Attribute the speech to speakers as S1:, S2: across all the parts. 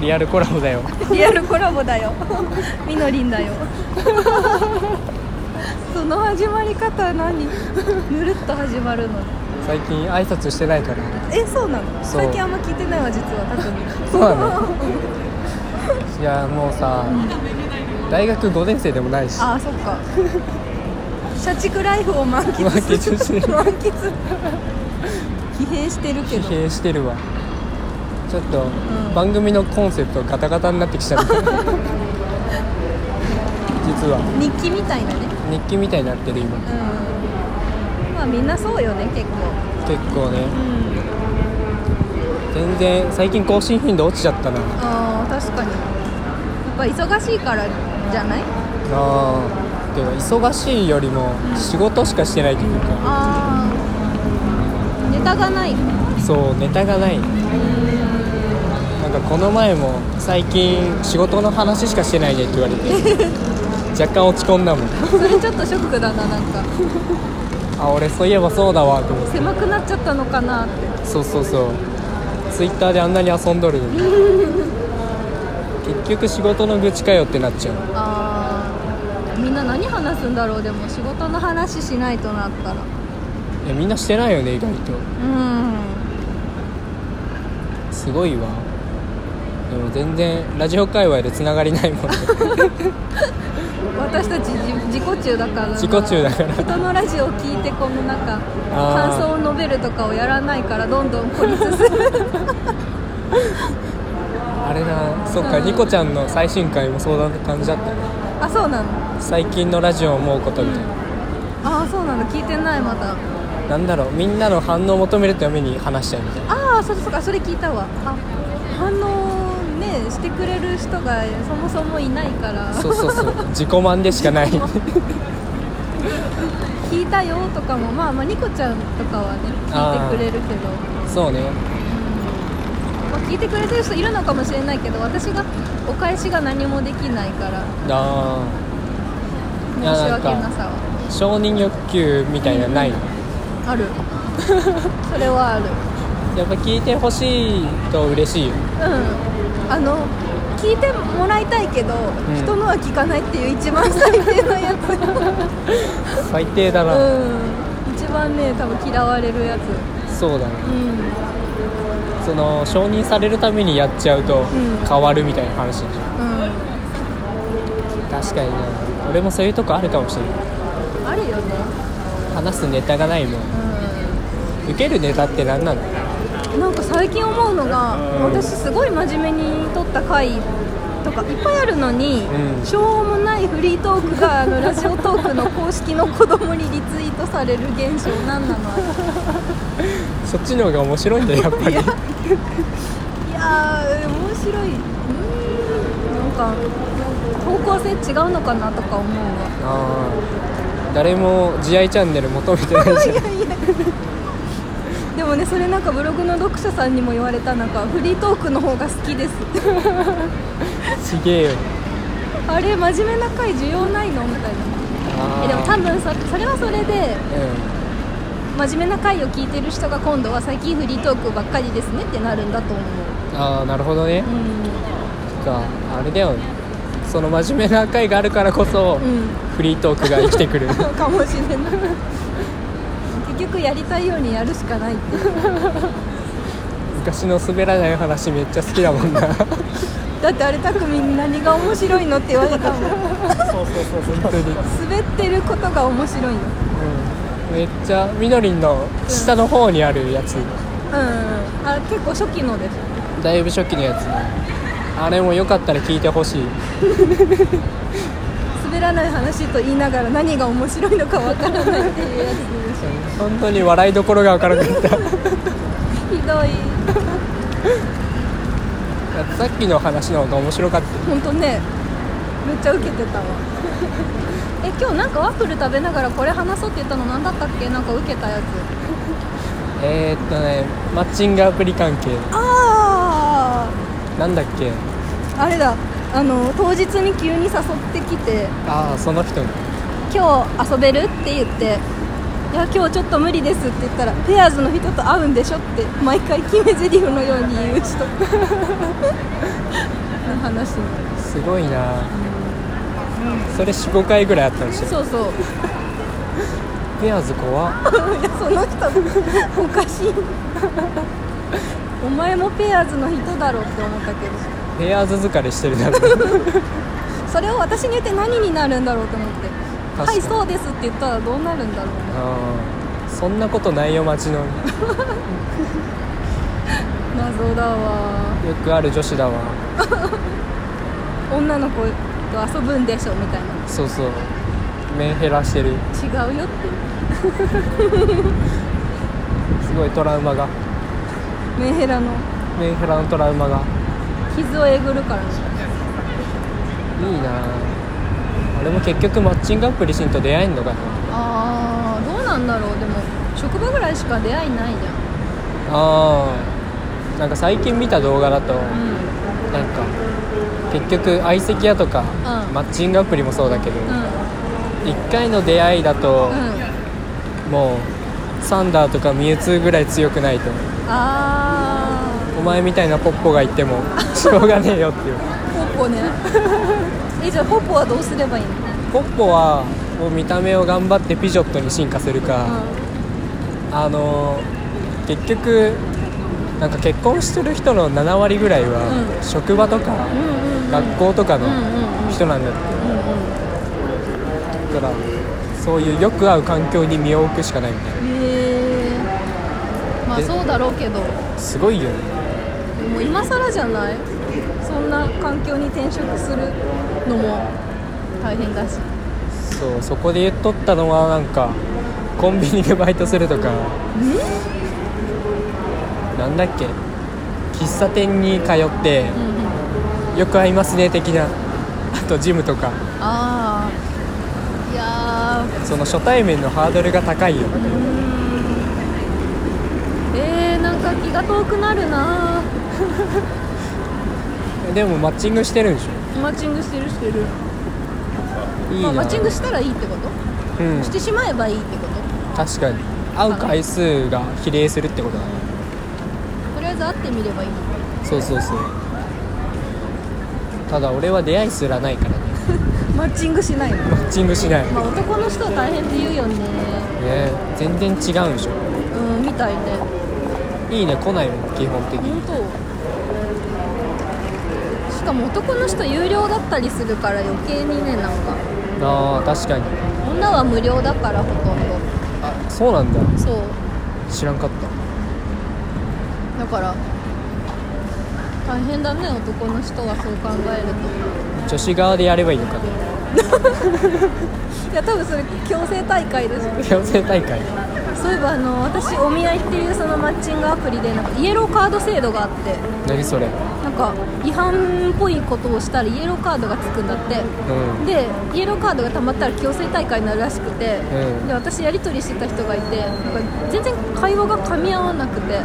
S1: リアルコラボだよ
S2: リアルコラボだよ みのり んだよその始まり方は何ぬるっと始まるの
S1: 最近挨拶してないから
S2: えそうなの
S1: そう
S2: 最近あんま聞いてないわ実はたくみ
S1: そうなのいやもうさ大学5年生でもないし
S2: ああそっか社畜ライフを満喫
S1: 満喫してる
S2: 満喫疲弊してるけ
S1: 疲
S2: ど
S1: 弊してるわちょっと
S2: ん
S1: 番組のコンセプトガタガタになってきちゃった実は
S2: 日記みたいなね
S1: 日記みたいになってる今
S2: うんまあみんなそうよね結構
S1: 結構ね
S2: う
S1: 全
S2: ん
S1: 然最近更新頻度落ちちゃったな
S2: ああ確かにやっぱ忙しいからじゃない
S1: ああていうか忙しいよりも仕事しかしてないというか
S2: ああネタがない
S1: そうネタがないなんかこの前も最近仕事の話しかしてないねって言われて若干落ち込んだもん
S2: それちょっとショックだななんか
S1: あ俺そういえばそうだわと思って
S2: 狭くなっちゃったのかなって
S1: そうそうそうツイッターであんなに遊んどるのに結局仕事の愚痴かよってなっちゃう
S2: ああみんな何話すんだろうでも仕事の話しないとなったら
S1: いやみんなしてないよね意外と
S2: うん
S1: すごいわでも全然ラジオ界隈でつながりないもんね
S2: 私たち自自己中だからな
S1: 自己中だから
S2: 人のラジオを聞いてこのなんか
S1: あー
S2: 感想を述べるとかをやらないからどんどん孤立する
S1: あれなそっか
S2: うん
S1: ニコちゃんの最新回もそうな感じだったね
S2: あそうなの
S1: 最近のラジオを思うことみたいな、
S2: ああそうなの聞いてないまだ
S1: なんだろうみんなの反応を求めるために話しちゃうみたい
S2: ああそれそっかそれ聞いたわあ反応ねしてくれる人がそもそもいないから
S1: なそうそうそう自己満でしかない
S2: 聞いたよとかもまあまあニコちゃんとかはね聞いてくれるけど
S1: そうね
S2: まあ、聞いてくれてる人いるのかもしれないけど私がお返しが何もできないから
S1: あいや
S2: 申し訳
S1: なんか
S2: なさは
S1: ー承認欲求みたいなのないの
S2: ある それはある
S1: やっぱ聞いてほしいと嬉しいよ
S2: うんあの聞いてもらいたいけど、
S1: ん
S2: 人のは聞かないっていう一番最低なやつ
S1: 最低だな、
S2: うん一番ね多分嫌われるやつ
S1: そうだね
S2: うん
S1: その承認されるためにやっちゃうと
S2: ん
S1: 変わるみたいな話でしょ
S2: うん
S1: 確かにね俺もそういうとこあるかもしれない
S2: あるよね
S1: 話すネタがないもん受けるネタって何なの
S2: うんなんか最近思うのが、
S1: ん
S2: 私すごい真面目に撮った回とかいっぱいあるのに、
S1: うん
S2: しょうもないフリートークがあのラジオトークの公式の子供にリツイートされる現象なんなのあれ
S1: そっちの方が面白いんだよやっぱり
S2: いやー面白いうーんなんか方向性違うのかなとか思うわ
S1: ああ誰も「慈愛チャンネル」求めてないじゃん
S2: でもねそれなんかブログの読者さんにも言われたなんかフリートークの方が好きです って
S1: ちげえよ
S2: あれ真面目な回需要ないのみたいな
S1: あ
S2: えでも
S1: ー
S2: 多分そそれはそれで真面目な回を聞いてる人が今度は最近フリートークばっかりですねってなるんだと思う
S1: うん、ああなるほどね
S2: う
S1: かあれだよねその真面目な回があるからこそ、
S2: ん、
S1: フリートークが生きて くる
S2: うん、かもしれない結局やりたいようにやるしかないっていう
S1: 昔の滑らない話めっちゃ好きだもんな本
S2: だってあれたくみに何が面白いのって言われたもん
S1: 当に、
S2: 滑ってることが面白いのうん
S1: うん、めっちゃみのりんの下の方にあるやつ、
S2: あ結構初期のです
S1: だいぶ初期のやつあれもよかったら聞いてほしい
S2: 滑らない話と言いながら何が面白いのかわからないっていうやつでし
S1: 本当に笑いどころがわからなかった だ
S2: ょひどい
S1: ってさっきの話の方が面白かった
S2: 本当ねめっちゃ受けてたわ え今日なんかワッフル食べながらこれ話そうって言ったの何だったっけなんか受けたやつ
S1: えー、っとねマッチングアプリ関係
S2: あ
S1: なんだっけ
S2: ああれだあの当日に急に誘ってきて
S1: ああその人
S2: 「今日遊べる?」って言って「いや今日ちょっと無理です」って言ったら「ペアーズの人と会うんでしょ?」って毎回決め台詞のように言う人な 話に
S1: すごいなそれ45回ぐらいあったんでしょ
S2: そうそう
S1: ペアーズ怖っ
S2: いやその人おかしい お前もペアーズの人だろって思ったけど
S1: ペアーズ疲れ してるな
S2: それを私に言って何になるんだろうと思って「
S1: 確か
S2: は
S1: に
S2: いそうです」って言ったらどうなるんだろう
S1: うんそんなことないよ街の
S2: 謎だわ
S1: よくある女子だわ
S2: 女の子と遊ぶんでしょみたい
S1: そうそうメンヘラしてる
S2: な違うよって
S1: すごいトラウマが
S2: メンヘラの
S1: メンヘラのトラウマが
S2: 傷をえぐるからね
S1: いいなあれも結局マッチングアプリしんと出会えんのかな
S2: ああどうなんだろうでも職場ぐらいしか出会いないじゃ
S1: あーなんか最近見た動画だと
S2: んうん
S1: なんか結局相席屋とか、
S2: うん
S1: マッチングアプリもそうだけど、
S2: うん
S1: 一1回の出会いだと、
S2: うん
S1: もうサンダーとかミュウツーぐらい強くないと
S2: ああ
S1: お前みたいなポッポがいても しょうがねえよっていう
S2: ポッポね えじゃあポッポはどうすればいいの、
S1: ポッポはもう見た目を頑張ってピジョットに進化するか、あのー結局なんか結婚してる人の7割ぐらいは、
S2: う
S1: 職場とか、
S2: うん、うんうんうん
S1: 学校とかの
S2: うんうんうん
S1: 人なんだって、
S2: うん
S1: だからそういうよく合う環境に身を置くしかないみたい
S2: うんへえまあ
S1: で
S2: そうだろうけど
S1: なすごいよね
S2: もう今更じゃないそんな環境に転職するのも大変だし
S1: そうそこで言っとったのはなんかコンビニでバイトするとかなんだっけ喫茶店に通って
S2: うんうん
S1: よく合いますね的なあとジムとか
S2: ああいや
S1: その初対面のハードルが高いよ
S2: ーうーんえー、なんか気が遠くなるな
S1: でもマッチングしてるんでし
S2: マッチングしてるしてる
S1: ょいい
S2: ま
S1: な、
S2: あ、マッチングしたらいいってこ
S1: うん
S2: としてしまえばいいってこと
S1: 確かに会う回数が比例するってことだね
S2: とりあえず会ってみればいいの
S1: そうそうそうただ俺は出会いすらないからね
S2: マッチングしないの、
S1: マッチングしないね
S2: まあ、男の人は大変って言うよね
S1: 全然違うんでしょ
S2: うんみたいね
S1: いいね来ないもん基本的に
S2: 本当しかも男の人有料だったりするから余計にねなんか
S1: あー確かに
S2: 女は無料だからほとんど
S1: あそうなんだ
S2: そう
S1: 知らんかった
S2: だから大変だね男の人はそう考える
S1: 女子側でやればいいのかね
S2: といや多分それ強制大会です
S1: 強制大会
S2: そういえばあの私お見合いっていうそのマッチングアプリでなんかイエローカード制度があって
S1: 何それうん
S2: なんか違反っぽいことをしたらイエローカードがつくんだってでイエローカードがたまったら強制大会になるらしくて、
S1: うん
S2: で私やり取りしてた人がいてなんか全然会話が噛み合わなくて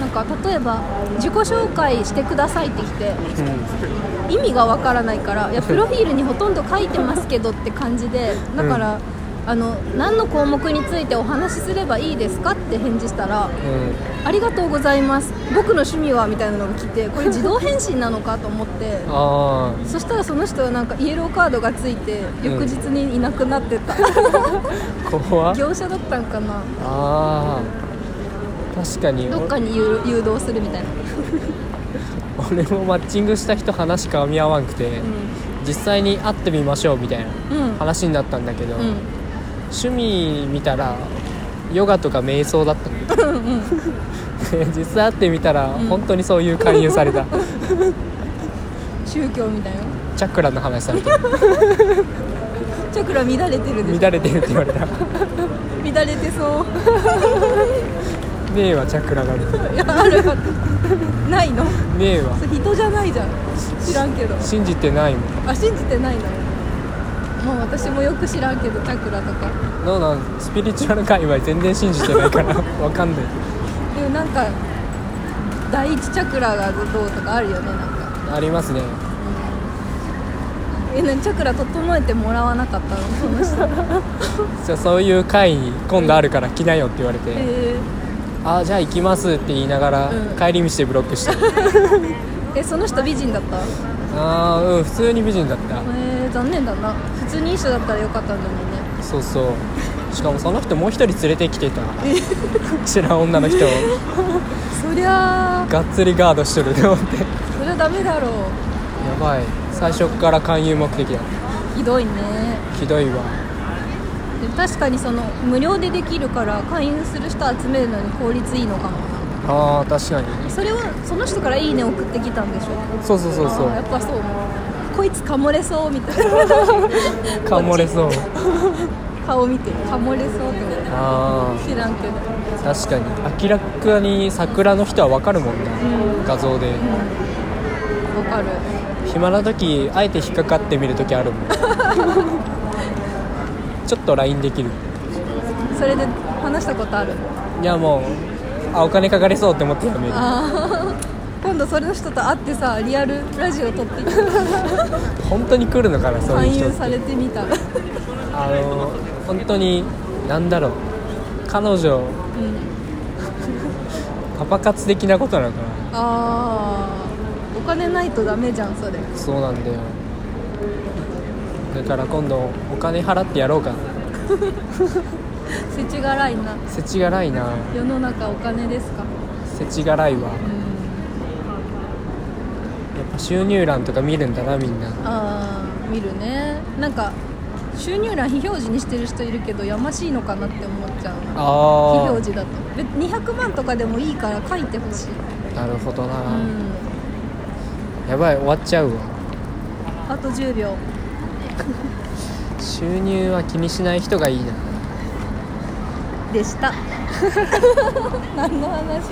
S2: なんか例えば「自己紹介してください」って来て
S1: うんうん
S2: 意味がわからないか ら「いやプロフィールにほとんど書いてますけど」って感じでだから、あの何の項目についてお話しすればいいですかって返事した
S1: う
S2: ら
S1: ん
S2: 「ありがとうございます僕の趣味は」みたいなのが来てこれ自動返信なのかと 思って。
S1: あ
S2: そしたらその人はなんかイエローカードがついて翌日にいなくなって た、
S1: あ怖っ
S2: 業者だったんかな
S1: あー確かに
S2: どっかに誘誘導するみたいな、
S1: 俺もマッチングした人話かみ合わんくて、実際に会ってみましょうみたいな
S2: うんうん
S1: 話になったんだけど、
S2: うん
S1: 趣味見たらヨガとか瞑想だったので 実際会ってみたら、
S2: ん
S1: 本当にそういう勧誘された
S2: 宗教みたいな
S1: チャクラの話された
S2: チャクラ乱れてるでし
S1: 乱れてるって言われた
S2: ょ乱れてそう
S1: ねえはチャクラがある
S2: いやあるあるないの
S1: ねえは
S2: それ人じゃないじゃん知らんけど
S1: 信じてないもん
S2: あ信じてないのまあ私もよく知らんけどチャクラとか
S1: のなんスピリチュアル界隈全然信じてないからわかんない
S2: でもなんか第一チャクラがどうとかあるよねなんか
S1: ありますね
S2: え何チャクラ整えてもらわなかったのその人
S1: じゃあそういう会に今度あるから来なよって言われて、
S2: え
S1: ああじゃあ行きますって言いながら、
S2: うん
S1: 帰り道でブロックして
S2: えその人美人だった
S1: ああうん普通に美人だった
S2: えー、残念だな普通にいい人だったらよかったのにね
S1: そうそうしかもその人もう一人連れてきてた知らん女の人を
S2: そりゃあ
S1: がっつりガードしとると思ってや
S2: そりゃダメだろう
S1: ばい最初っから勧誘目的だ
S2: ひどいね
S1: ひどいわ
S2: でも確かにその無料でできるから会員する人集めるのに効率いいのかも
S1: あー確かに
S2: それをその人から「いいね」送ってきたんでしょ
S1: そうそうそうそ
S2: あーや
S1: う
S2: っぱそうこいつかもれそうみたいな
S1: かもれそう
S2: 顔見てかもれそうって思う
S1: あ
S2: 知らんけど
S1: ー確かに明らかに桜の人はわかるもんな画像で
S2: わかる
S1: 暇な時あえて引っかかってみる時あるもん ちょっと LINE できる
S2: それで話したことある
S1: いやもうあお金かかりそうって思ってやめる
S2: ああ今度それの人と会ってさリアルラジオ撮って
S1: 本当に来るのかなそういう人
S2: 勧誘
S1: って
S2: されてみたう
S1: あの本当に何だろう彼女
S2: ん
S1: パパ活的なことなのかな
S2: あーお金ないとダメじゃんそれ
S1: そうなんだよだから今度お金払ってやろうかな
S2: 世知辛いな
S1: 世知辛いな
S2: 世の中お金ですか
S1: 世知辛いわや
S2: うん
S1: っぱ収入欄とか見るんだなみんな
S2: ああ見るねなんか収入欄非表示にしてる人いるけどやましいのかなって思っちゃうな非
S1: あ
S2: 表示だと別に200万とかでもいいから書いてほしい、
S1: あなるほど
S2: う
S1: な、
S2: ん、
S1: やばい終わっちゃうわ
S2: あと10秒
S1: 収入は気にしない人がいいな
S2: でした何の話